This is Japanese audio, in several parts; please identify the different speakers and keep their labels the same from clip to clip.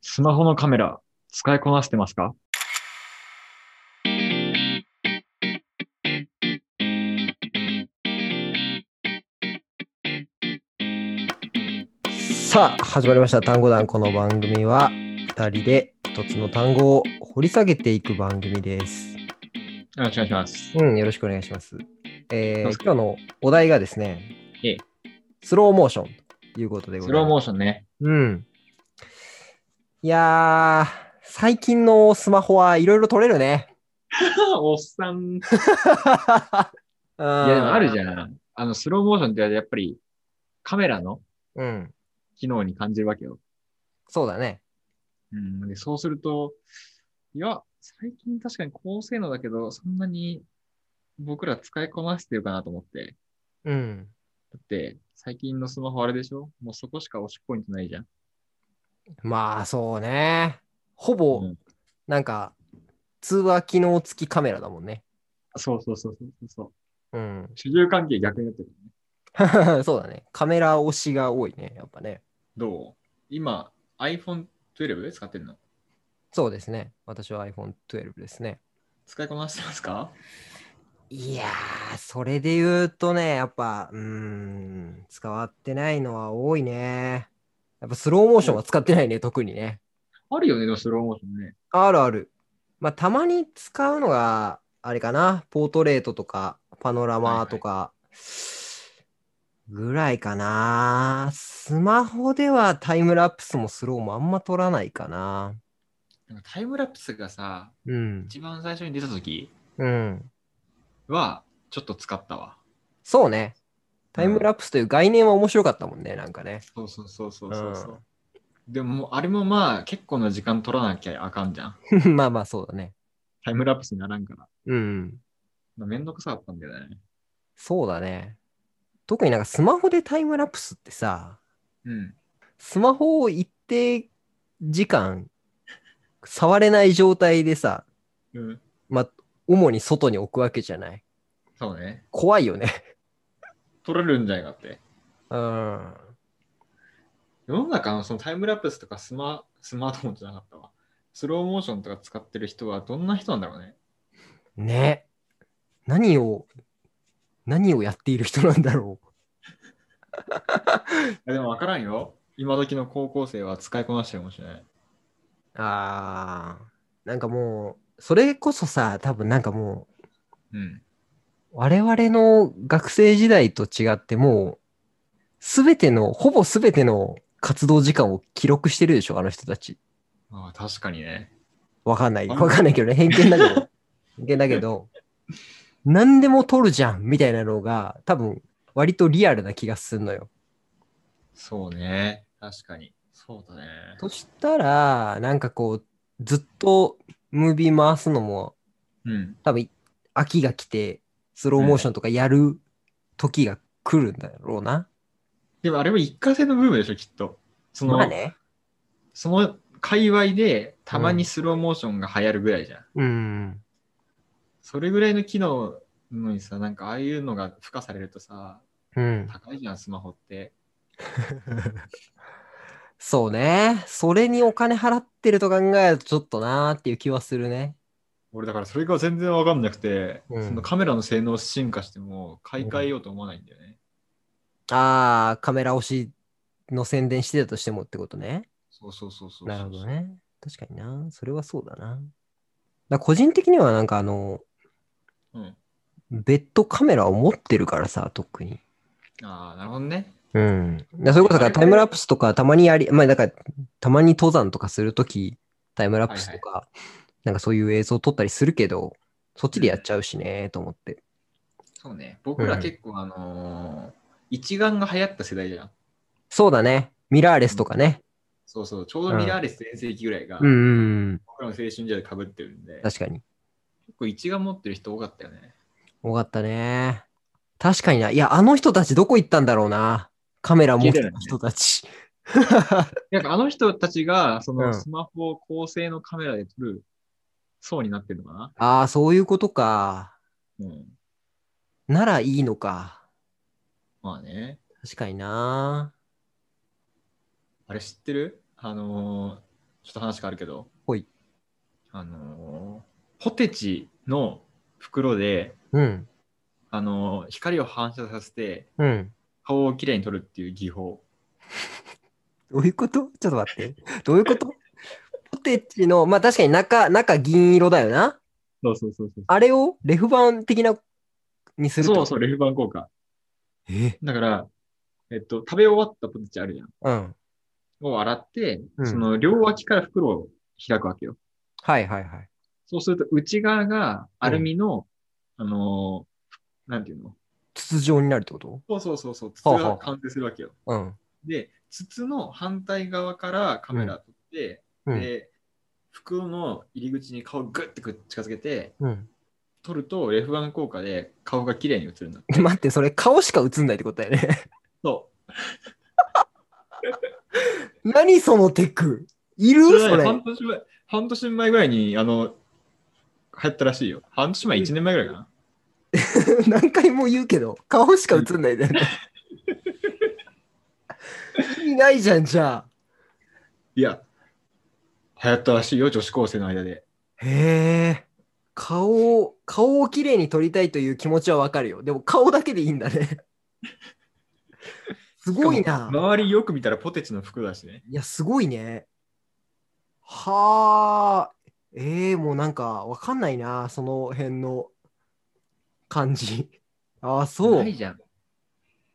Speaker 1: スマホのカメラ、使いこなしてますか
Speaker 2: さあ始まりました単語団この番組は2人で一つの単語を掘り下げていく番組です。
Speaker 1: よろしくお願いします。
Speaker 2: うん、よろしくお願いします。え
Speaker 1: どう
Speaker 2: ー
Speaker 1: ぞ
Speaker 2: 今日のお題がですね、
Speaker 1: ええ
Speaker 2: スローモーションということでご
Speaker 1: ス
Speaker 2: ざい
Speaker 1: ロー
Speaker 2: ま
Speaker 1: モーションね。
Speaker 2: す。うん。いやー、最近のスマホはいろいろ撮れるね。
Speaker 1: おっさん。い
Speaker 2: い
Speaker 1: や、でもあるじ
Speaker 2: ゃん。
Speaker 1: ゃん。あの、スローモーションってやっぱりカメラの
Speaker 2: うん、
Speaker 1: 機能に感じるわけよ。
Speaker 2: そうだね。
Speaker 1: うん。で、そうすると、いや、最近確かに高性能だけど、そんなに僕ら使いこなしてるかなと思って。
Speaker 2: うん。
Speaker 1: だって、最近のスマホあれでしょもうそこしか押しポイントないじゃん。
Speaker 2: まあそうね。ほぼ、
Speaker 1: うん
Speaker 2: なんか通話機能付きカメラだもんね。
Speaker 1: そうそうそうそうそうそう。
Speaker 2: うん。
Speaker 1: 主従関係逆になってる。
Speaker 2: そうだね。カメラ推しが多いね。やっぱね。
Speaker 1: どう今、iPhone12 使ってるの
Speaker 2: そうですね。私は iPhone12 ですね。
Speaker 1: 使いこなしてますか
Speaker 2: いやー、それで言うとね、やっぱ、うーん、使ってないのは多いね。やっぱスローモーションは使ってないね、特にね。
Speaker 1: あるよね、でもスローモーションね。
Speaker 2: あるある。まあ、たまに使うのが、あれかな、ポートレートとか、パノラマとか、ぐらいかな。スマホではタイムラプスもスローもあんま取らないかな。
Speaker 1: なんかタイムラプスがさ、
Speaker 2: うん。
Speaker 1: 一番最初に出た時
Speaker 2: うん。
Speaker 1: は、ちょっと使ったわ。
Speaker 2: そうね。タイムラプスという概念は面白かったもんね、なんかね。
Speaker 1: そうそうそうそうそうそう。でももう、あれもまあ、結構な時間取らなきゃあかんじゃん。
Speaker 2: まあまあ、そうだね。
Speaker 1: タイムラプスにならんから。
Speaker 2: うん。
Speaker 1: まあめんどくさかったんだよね。
Speaker 2: そうだね。特になんかスマホでタイムラプスってさ、
Speaker 1: うん。
Speaker 2: スマホを一定時間触れない状態でさ、
Speaker 1: うん。
Speaker 2: まあ、主に外に置くわけじゃない。
Speaker 1: そうね。
Speaker 2: 怖いよね。
Speaker 1: 取れるんじゃないかって。
Speaker 2: うん。
Speaker 1: 世の中のそのタイムラプスとかスマスマートフォンじゃなかったわ。スローモーションとか使ってる人はどんな人なんだろうね。
Speaker 2: ね。何を、何をやっている人なんだろ
Speaker 1: いやでも分からんよ。今時の高校生は使いこなしてるかもしれない。
Speaker 2: う。あー。なんかもう、それこそさ、多分なんかもう、
Speaker 1: うん。
Speaker 2: 我々の学生時代と違ってもう、すべての、ほぼすべての活動時間を記録してるでしょ、あの人たち。
Speaker 1: ああ、確かにね。
Speaker 2: わかんない。
Speaker 1: あ
Speaker 2: わかんないけどね。偏見だけど。 偏見だけど、何でも撮るじゃんみたいなのが、多分、割とリアルな気がするのよ。
Speaker 1: そうね。確かに。そうだね。
Speaker 2: そしたら、なんかこう、ずっとムービー回すのも、
Speaker 1: うん。
Speaker 2: 多分、秋が来て、スローモーションとかやる時が来るんだろうな。
Speaker 1: でもあれは一過性のブームでしょ、きっと。その、
Speaker 2: まあね。
Speaker 1: その界隈でたまにスローモーションが流行るぐらいじゃん。
Speaker 2: うん。
Speaker 1: それぐらいの機能なのにさ、なんかああいうのが付加されるとさ、
Speaker 2: うん。
Speaker 1: 高いじゃん、スマホって。
Speaker 2: そうね。それにお金払ってると考えると、ちょっとなーっていう気はするね。
Speaker 1: 俺だからそれが全然わかんなくて、
Speaker 2: うん
Speaker 1: そのカメラの性能進化しても買い替えようと思わないんだよね。
Speaker 2: ああ、カメラ推しの宣伝してたとしてもってことね。
Speaker 1: そうそうそうそうそう。
Speaker 2: なるほど。ね。確かにな。それはそうだな。だから個人的にはなんかあの、
Speaker 1: うん。
Speaker 2: 別途カメラを持ってるからさ、特に。
Speaker 1: ああ、なるほどね。
Speaker 2: うん。だからそれこそだからタイムラプスとかたまにやり、まあだからたまに登山とかするとき、タイムラプスとか、なんかそういう映像撮ったりするけど、そっちでやっちゃうしね、と思って。
Speaker 1: そうね。僕ら結構、あのー一眼が流行った世代じゃん。
Speaker 2: そうだね。ミラーレスとかね。
Speaker 1: そうそう。ちょうどミラーレス全盛期ぐらいが、
Speaker 2: うん、うん、
Speaker 1: 僕らの青春時代で被ってるんで、結
Speaker 2: 確かに。
Speaker 1: 構一眼持ってる人多かったよね。
Speaker 2: 多かったね。確かにな。いや、あの人たちどこ行ったんだろうな。カメラ持ってた人たち。
Speaker 1: なんかあの人たちが、そうの
Speaker 2: ん
Speaker 1: スマホを高性能カメラで撮る層になってるのかな。
Speaker 2: ああ、そういうことか。
Speaker 1: うん。
Speaker 2: ならいいのか。
Speaker 1: まあね。
Speaker 2: 確かにな。
Speaker 1: あれ知ってるあのーちょっと話変わるけど。
Speaker 2: ほい。
Speaker 1: あのーポテチの袋で、
Speaker 2: うん。
Speaker 1: あのー光を反射させて、
Speaker 2: うん。
Speaker 1: 顔をきれいに撮るっていう技法。
Speaker 2: どういうことちょっと待って。どういうことポテチの、まあ確かに中、中銀色だよな。
Speaker 1: そうそうそうそう。
Speaker 2: あれをレフ板的な、にすると。
Speaker 1: そうそう、レフ板効果。
Speaker 2: え
Speaker 1: だから、えっと、食べ終わったポテチあるじゃん。
Speaker 2: うん。
Speaker 1: を洗って、
Speaker 2: うん
Speaker 1: その両脇から袋を開くわけよ。
Speaker 2: はいはいはい。
Speaker 1: そうすると内側がアルミの、あのーなんていうの
Speaker 2: 筒状になるってこと
Speaker 1: そうそうそうそう、筒
Speaker 2: はあはあ
Speaker 1: が完成するわけよ。
Speaker 2: うん。
Speaker 1: で、筒の反対側からカメラ撮って、
Speaker 2: うん。
Speaker 1: で、袋の入り口に顔をグッてく近づけて、
Speaker 2: うん、
Speaker 1: 撮るとレフ板効果で顔が綺麗に映るんだって。
Speaker 2: 待って、それ顔しか映んないってことだよね。
Speaker 1: そ。
Speaker 2: 何そのテクいうる
Speaker 1: それね
Speaker 2: それ。
Speaker 1: 半年前、半年前ぐらいに、あの、流行ったらしいよ。半年前、1年前ぐらいかな。
Speaker 2: 何回も言うけど、顔しか映んないんだよね。 意味ないじゃん、じゃ
Speaker 1: いや、流行ったらしいよ、女子高生の間で。
Speaker 2: あ。へえ。顔を、顔をきれいに撮りたいという気持ちはわかるよ。でも顔だけでいいんだ ね。すごいな。
Speaker 1: 周りよく見たらポテチの服だしね。
Speaker 2: いや、すごいね。はあ。ええもうなんかわかんないな、その辺の感じ。ああ、そ
Speaker 1: な
Speaker 2: う
Speaker 1: い。じゃん。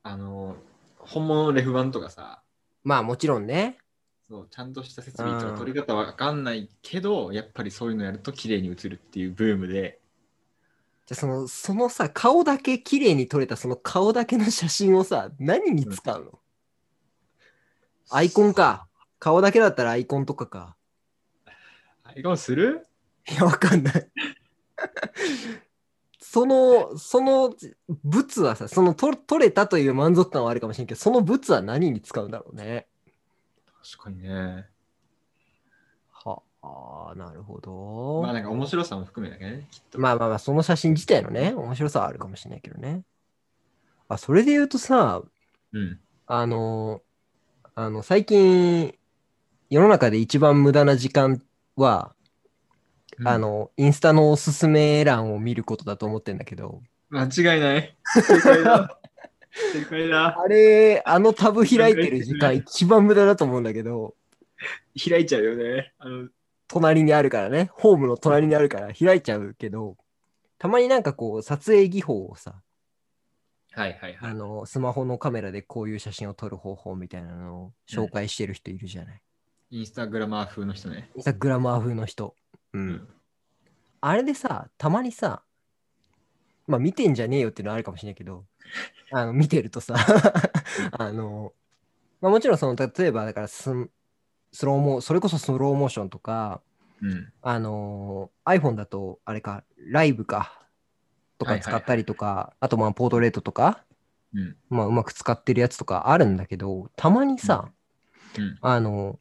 Speaker 1: あの、本物のレフ板とかさ、
Speaker 2: まあもちろんね。
Speaker 1: そうちゃんとした設備と
Speaker 2: うん
Speaker 1: か取り方わかんないけど、やっぱりそういうのやると綺麗に映るっていうブームで、
Speaker 2: じゃあその、そのさ、顔だけ綺麗に撮れたその顔だけの写真をさ、何に使うの、アイコンか。顔だけだったらアイコンとかか。
Speaker 1: アイコンする
Speaker 2: いや、わかんない。 その、その物はさ、そのと撮れたという満足感はあるかもしれんけど、その物は何に使うんだろうね。
Speaker 1: 確かにね。
Speaker 2: はあ、なるほど。
Speaker 1: まあなんか面白さも含めだけどね、きっと。
Speaker 2: まあまあまあ、その写真自体のね、面白さはあるかもしれないけどね。あ、それで言うとさ、
Speaker 1: うん。
Speaker 2: あの、あの、最近、世の中で一番無駄な時間は、
Speaker 1: うん
Speaker 2: あ、の、インスタのおすすめ欄を見ることだと思ってんだけど、
Speaker 1: 間違いない。正解 だ。正解だ。
Speaker 2: あれ、あのタブ開いてる時間一番無駄だと思うんだけど、
Speaker 1: 開いちゃうよね。あの、
Speaker 2: 隣にあるからね、ホームの隣にあるから開いちゃうけど、たまになんかこう、撮影技法をさ、
Speaker 1: はいはいは
Speaker 2: あ
Speaker 1: い。
Speaker 2: の、スマホのカメラでこういう写真を撮る方法みたいなのを紹介してる人いるじゃない。
Speaker 1: インスタグラマー風の人ね。
Speaker 2: インスタグラマー風の人。う。
Speaker 1: うん
Speaker 2: あれでさ、たまにさ、まあ見てんじゃねえよっていうのはあるかもしれないけど、あの見てるとさ、あの、まあもちろんその、例えばだからスンスローモー、それこそスローモーションとか、
Speaker 1: うん。
Speaker 2: あの、iPhone だとあれか、ライブか、とか使ったりとか、あとまあポートレートとか、
Speaker 1: うん。
Speaker 2: まあうまく使ってるやつとかあるんだけど、たまにさ、
Speaker 1: うん
Speaker 2: あの、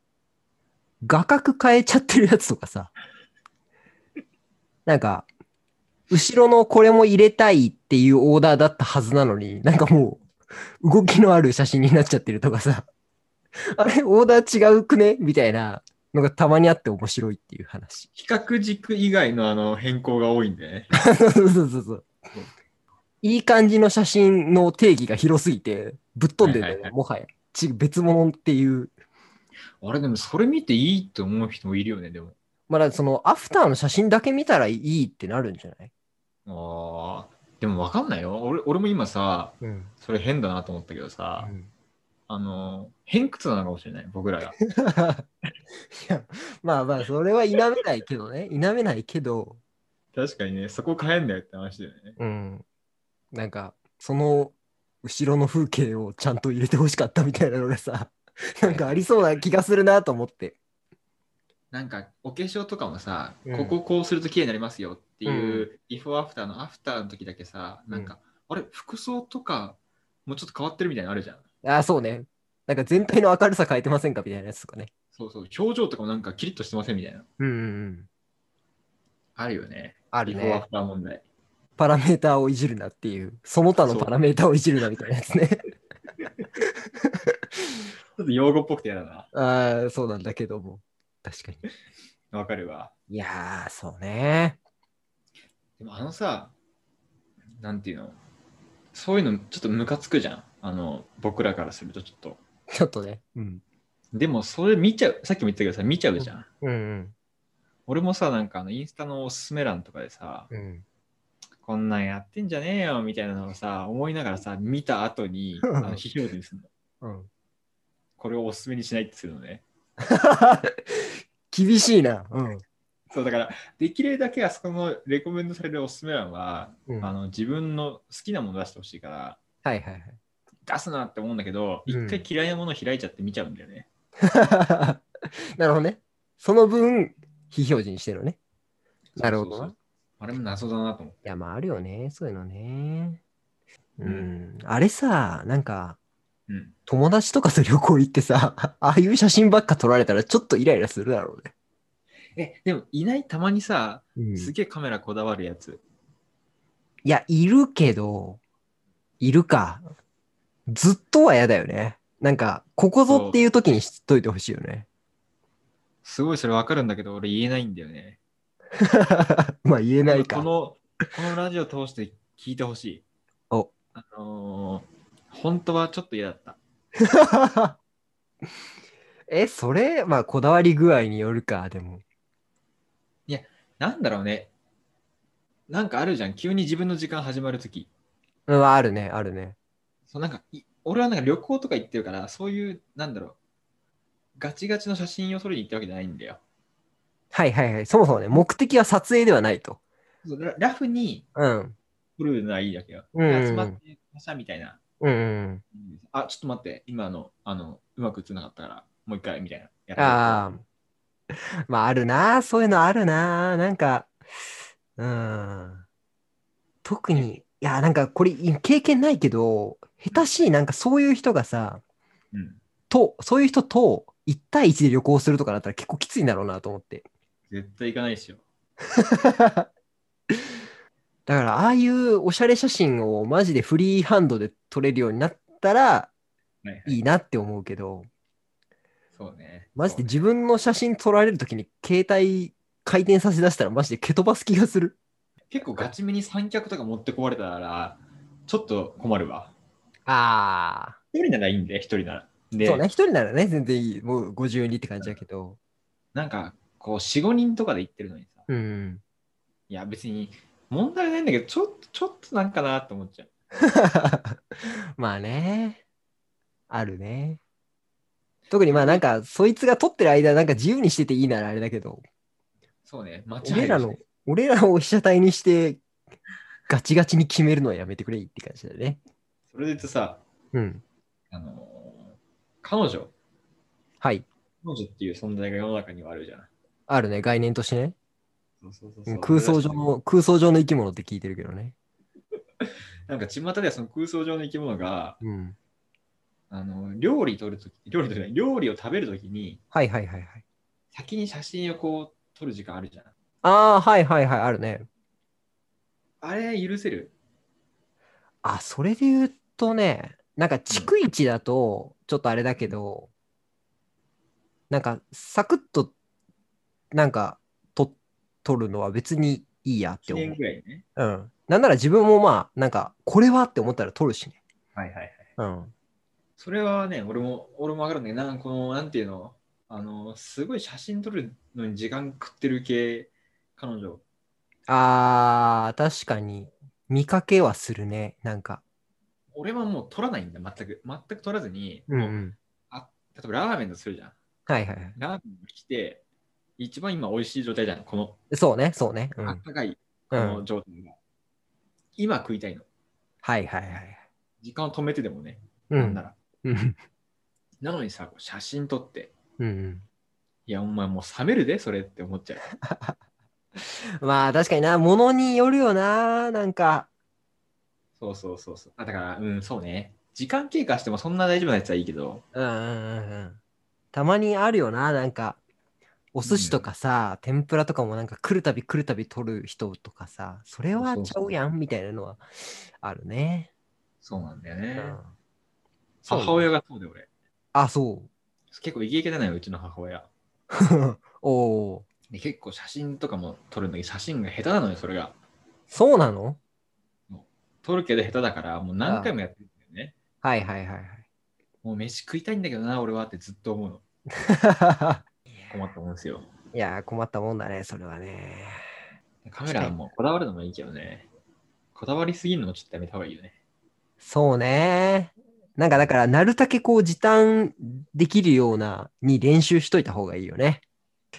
Speaker 2: 画角変えちゃってるやつと かさ、なんか、後ろのこれも入れたいっていうオーダーだったはずなのに、なんかもう、動きのある写真になっちゃってるとかさ、あれ、オーダー違うくねみたいなのがたまにあって面白いっていう話。
Speaker 1: 比較軸以外のあの変更が多いんでね。
Speaker 2: そうそうそうそう。いい感じの写真の定義が広すぎて、ぶっ飛んでるん
Speaker 1: はいは
Speaker 2: だよ
Speaker 1: い
Speaker 2: ね、もはや。ち別物っていう
Speaker 1: あれでもそれ見ていいと思う人もいるよね、でも。
Speaker 2: まあだってそのアフターの写真だけ見たらいいってなるんじゃない
Speaker 1: ああ、でもわかんないよ。俺俺も今さ、
Speaker 2: うん。
Speaker 1: それ変だなと思ったけどさ、あの、偏屈なのかもしれない、僕らが。
Speaker 2: いや、まあまあ、それは否めないけどね。否めないけど、
Speaker 1: 確かにね、そこ変えんだよって話だよね。
Speaker 2: うん。なんか、その後ろの風景をちゃんと入れてほしかったみたいなのが さ、なんかありそうな気がするなと思って。
Speaker 1: なんか、お化粧とかもさ、
Speaker 2: うん
Speaker 1: こここうすると綺麗になりますよっていう、ビフォーアフターのアフターの時だけさ、なんか、あれ、服装とか、もうちょっと変わってるみたいなのあるじゃん。
Speaker 2: ああ、そうね。なんか全体の明るさ変えてませんかみたいなやつとかね。
Speaker 1: そうそう、表情とかもなんかキリッとしてませんみたいな。
Speaker 2: うんうんうん。
Speaker 1: あるよね。
Speaker 2: あ
Speaker 1: ビ
Speaker 2: る
Speaker 1: フォーア
Speaker 2: ね。
Speaker 1: フター問題。
Speaker 2: パラメーターをいじるなっていう、その他のパラメーターをいじるなみたいなや つね。
Speaker 1: ちょっと用語っぽくてやだな。
Speaker 2: ああ、そうなんだけども。確かに。
Speaker 1: わかるわ。
Speaker 2: いやー、そうね。
Speaker 1: でもあのさ、なんていうのそういうのちょっとムカつくじゃん。あの、僕らからするとちょっと。
Speaker 2: ちょっとね。うん。
Speaker 1: でもそれ見ちゃう、さっきも言ったけどさ、見ちゃうじゃん。
Speaker 2: うん
Speaker 1: 俺もさ、なんかあのインスタのおすすめ欄とかでさ、
Speaker 2: うん。うん。
Speaker 1: こんなんやってんじゃねえよみたいなのをさ、思いながらさ、見た後に、あ の批評でするの。
Speaker 2: うん、
Speaker 1: これをおすすめにしないってするのね。
Speaker 2: 厳しいな。うん。
Speaker 1: そうだから、できるだけあそこのレコメンドされるおすすめ欄は、
Speaker 2: うん、
Speaker 1: あ
Speaker 2: はい
Speaker 1: の自分の好きなもの出してほしいから、
Speaker 2: はいはい。
Speaker 1: 出すなって思うんだけど、
Speaker 2: う
Speaker 1: 一
Speaker 2: ん
Speaker 1: 回嫌いなもの開いちゃって見ちゃうんだよね。
Speaker 2: なるほどね。その分、非表示にしてるのね。なるほどな
Speaker 1: そうそうそう。あれも謎だなと思って。
Speaker 2: いや、まああるよね。そういうのね。う
Speaker 1: うん
Speaker 2: ん。あれさ、なんか、
Speaker 1: うん。
Speaker 2: 友達とかと旅行行ってさ、 ああいう写真ばっか撮られたらちょっとイライラするだろうね。
Speaker 1: え、でもいないたまにさ、
Speaker 2: うん
Speaker 1: すげえカメラこだわるやつ。
Speaker 2: いや、いるけど、いるか。ずっとは嫌だよね。なんか、ここぞっていう時に知っといてほしいよね。
Speaker 1: すごいそれわかるんだけど、俺言えないんだよね。
Speaker 2: まあ言えないか。
Speaker 1: この、このラジオ通して聞いてほしい。
Speaker 2: お
Speaker 1: あのー本当はちょっと嫌だった。
Speaker 2: え、それ、まあこだわり具合によるか、でも。
Speaker 1: なんだろうね。なんかあるじゃん。急に自分の時間始まるとき。
Speaker 2: うん、あるね、あるね。
Speaker 1: そうなんかい俺はなんか旅行とか行ってるから、そういう、なんだろう。ガチガチの写真を撮りに行ったわけじゃないんだよ。
Speaker 2: はいはいはい。そもそもね、目的は撮影ではないと。
Speaker 1: そうララフに
Speaker 2: うん。
Speaker 1: 撮るのはいいだけよ。
Speaker 2: うんうんうん
Speaker 1: 集まってましたみたいな。
Speaker 2: うんうん
Speaker 1: あ、ちょっと待って。今の、あの、うまく映らなかったから、もう一回みたいな。やっ
Speaker 2: うん。
Speaker 1: てる
Speaker 2: ああ。 まああるな、そういうのあるな。なんか、うん。特に、いや、なんかこれ経験ないけど、下手しい、なんかそういう人がさ、
Speaker 1: うん。
Speaker 2: と、そういう人と1対1で旅行するとかだったら結構きついんだろうなと思って。
Speaker 1: 絶対行かないっしょ。
Speaker 2: だから、ああいうおしゃれ写真をマジでフリーハンドで撮れるようになったら
Speaker 1: はいはい
Speaker 2: いいなって思うけど、
Speaker 1: そうね。
Speaker 2: マジ
Speaker 1: そ
Speaker 2: で
Speaker 1: う
Speaker 2: 自分の写真撮られるときに携帯回転させ出したらマジで蹴飛ばす気がする。
Speaker 1: 結構ガチめに三脚とか持ってこわれたら、ちょっと困るわ。
Speaker 2: あ
Speaker 1: 一人ならいいんで、一人なら。
Speaker 2: あ。
Speaker 1: で、
Speaker 2: そうね、一人ならね、全然いい。もう52って感じだけど。
Speaker 1: なんか、こう、四五人とかで行ってるのにさ、
Speaker 2: うん。
Speaker 1: いや、別に問題ないんだけど、ちょっと、ちょっとなんかなって思っちゃう。
Speaker 2: まあね。あるね。特にまあなんか、そいつが撮ってる間、なんか自由にしてていいならあれだけど、
Speaker 1: そうね、間違い
Speaker 2: 俺らの、俺らを被写体にして、ガチガチに決めるのはやめてくれって感じだよね。
Speaker 1: それで言うとさ、
Speaker 2: うん。
Speaker 1: あのー彼女、
Speaker 2: はい。
Speaker 1: 彼女っていう存在が世の中にはあるじゃん。
Speaker 2: あるね、概念としてね。
Speaker 1: そうそうそう
Speaker 2: う
Speaker 1: そ
Speaker 2: ん
Speaker 1: う
Speaker 2: 空想上の、空想上の生き物って聞いてるけどね。
Speaker 1: なんか、巷ではその空想上の生き物が、
Speaker 2: うん。
Speaker 1: あの料理取るとき、料理取るじゃない料理を食べるときに、
Speaker 2: はいはいはいはい。
Speaker 1: 先に写真をこう、撮る時間あるじゃん。
Speaker 2: ああ、はいはいはい、あるね。
Speaker 1: あれ、許せる
Speaker 2: あ、それで言うとね、なんか逐一だと、ちょっとあれだけど、なんか、サクッと、なんか、と、取るのは別にいいやって
Speaker 1: 記
Speaker 2: 思
Speaker 1: 念
Speaker 2: う。
Speaker 1: ぐらいね。
Speaker 2: うん。なんなら自分もまあ、なんか、これはって思ったら取るしね。
Speaker 1: はいはいはい。
Speaker 2: うん。
Speaker 1: それはね、俺も、俺もわかるんだけど、なんかこの、なんていうの、あの、すごい写真撮るのに時間食ってる系、彼女。
Speaker 2: あー、確かに、見かけはするね。なんか。
Speaker 1: 俺はもう撮らないんだ、全く。全く撮らずに、
Speaker 2: うん、う。
Speaker 1: もうん例えばラーメンとするじゃん。
Speaker 2: はいはいはい。
Speaker 1: ラーメンが来て、一番今美味しい状態じゃん、この、
Speaker 2: そうね、そうね。う
Speaker 1: あ
Speaker 2: ん
Speaker 1: っ。たかい、こ
Speaker 2: うん
Speaker 1: の状態が。今食いたいの。
Speaker 2: はいはいはい。
Speaker 1: 時間を止めてでもね、
Speaker 2: う
Speaker 1: なん
Speaker 2: ん
Speaker 1: な。ら。
Speaker 2: うん。
Speaker 1: なのにさ、こう写真撮って、
Speaker 2: うん。
Speaker 1: いや、お前もう冷めるで、それって思っちゃう。
Speaker 2: まあ、確かにな、ものによるよな、なんか。
Speaker 1: そうそうそうそう。あ、だから、うん、そうね。時間経過してもそんな大丈夫なやつはいいけど、
Speaker 2: うんうんうんうんたまにあるよな、なんか、お寿司とかさ、天ぷらとかもなんか来るたび来るたび取る人とかさ、それはちゃうやんみたいなのはあるね。
Speaker 1: そうなんだよ
Speaker 2: う
Speaker 1: ね。
Speaker 2: んそう
Speaker 1: 母親がそうで俺。
Speaker 2: あ、そう。
Speaker 1: 結構イケイケだなよ、うちの母親。
Speaker 2: あおおー。
Speaker 1: で結構写真とかも撮るんだけど、写真が下手なのよ、それが。
Speaker 2: そうなの
Speaker 1: 撮るけど下手だから、もう何回もやってるんだよね。
Speaker 2: はいはいはい
Speaker 1: もう飯食いたいんだけどな、俺はってずっと思うの。
Speaker 2: は
Speaker 1: 困ったもんですよ。
Speaker 2: い。い やー、困ったもんだね、それはね。
Speaker 1: カメラもこだわるのもいいけどね。こだわりすぎるのもちょっとやめた方がいいよね。
Speaker 2: そうね。なんかだから、なるだけこう時短できるようなに練習しといた方がいいよね。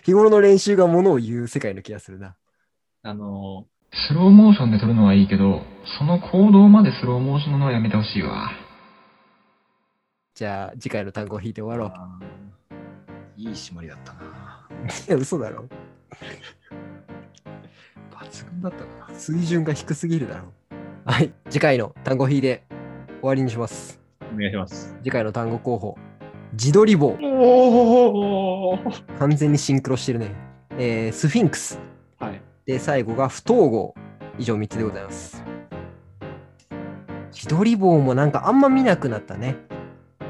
Speaker 2: 日頃の練習がものを言う世界の気がするな。
Speaker 1: あの
Speaker 3: スローモーションで撮るのはいいけど、その行動までスローモーションなのはやめてほしいわ。
Speaker 2: じゃあ、次回の単語を引いて終わろ
Speaker 1: あーいい締まりだったな。
Speaker 2: う。いや、嘘だろ。
Speaker 1: 抜群だったな。
Speaker 2: 水準が低すぎるだろ。はい。次回の単語を引いて終わりにします。
Speaker 1: お願いします。
Speaker 2: 次回の単語候補。自撮り棒。
Speaker 1: おお
Speaker 2: 完全にシンクロしてるね。えー、スフィンクス。
Speaker 1: はい。
Speaker 2: で、最後が不統合。以上3つでございます。自撮り棒もなんかあんま見なくなったね。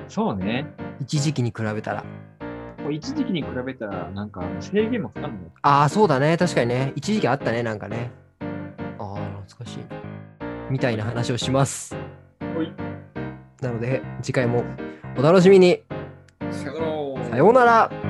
Speaker 1: そうね。
Speaker 2: 一時期に比べたら。
Speaker 1: こう一時期に比べたら、なんか制限もかかるの
Speaker 2: ああ、そうだね。確かにね。一時期あったね、なんかね。ああ、懐かしい。みたいな話をします。
Speaker 1: はい。
Speaker 2: なので、次回もお楽しみに。
Speaker 1: さよなら
Speaker 2: さようなら。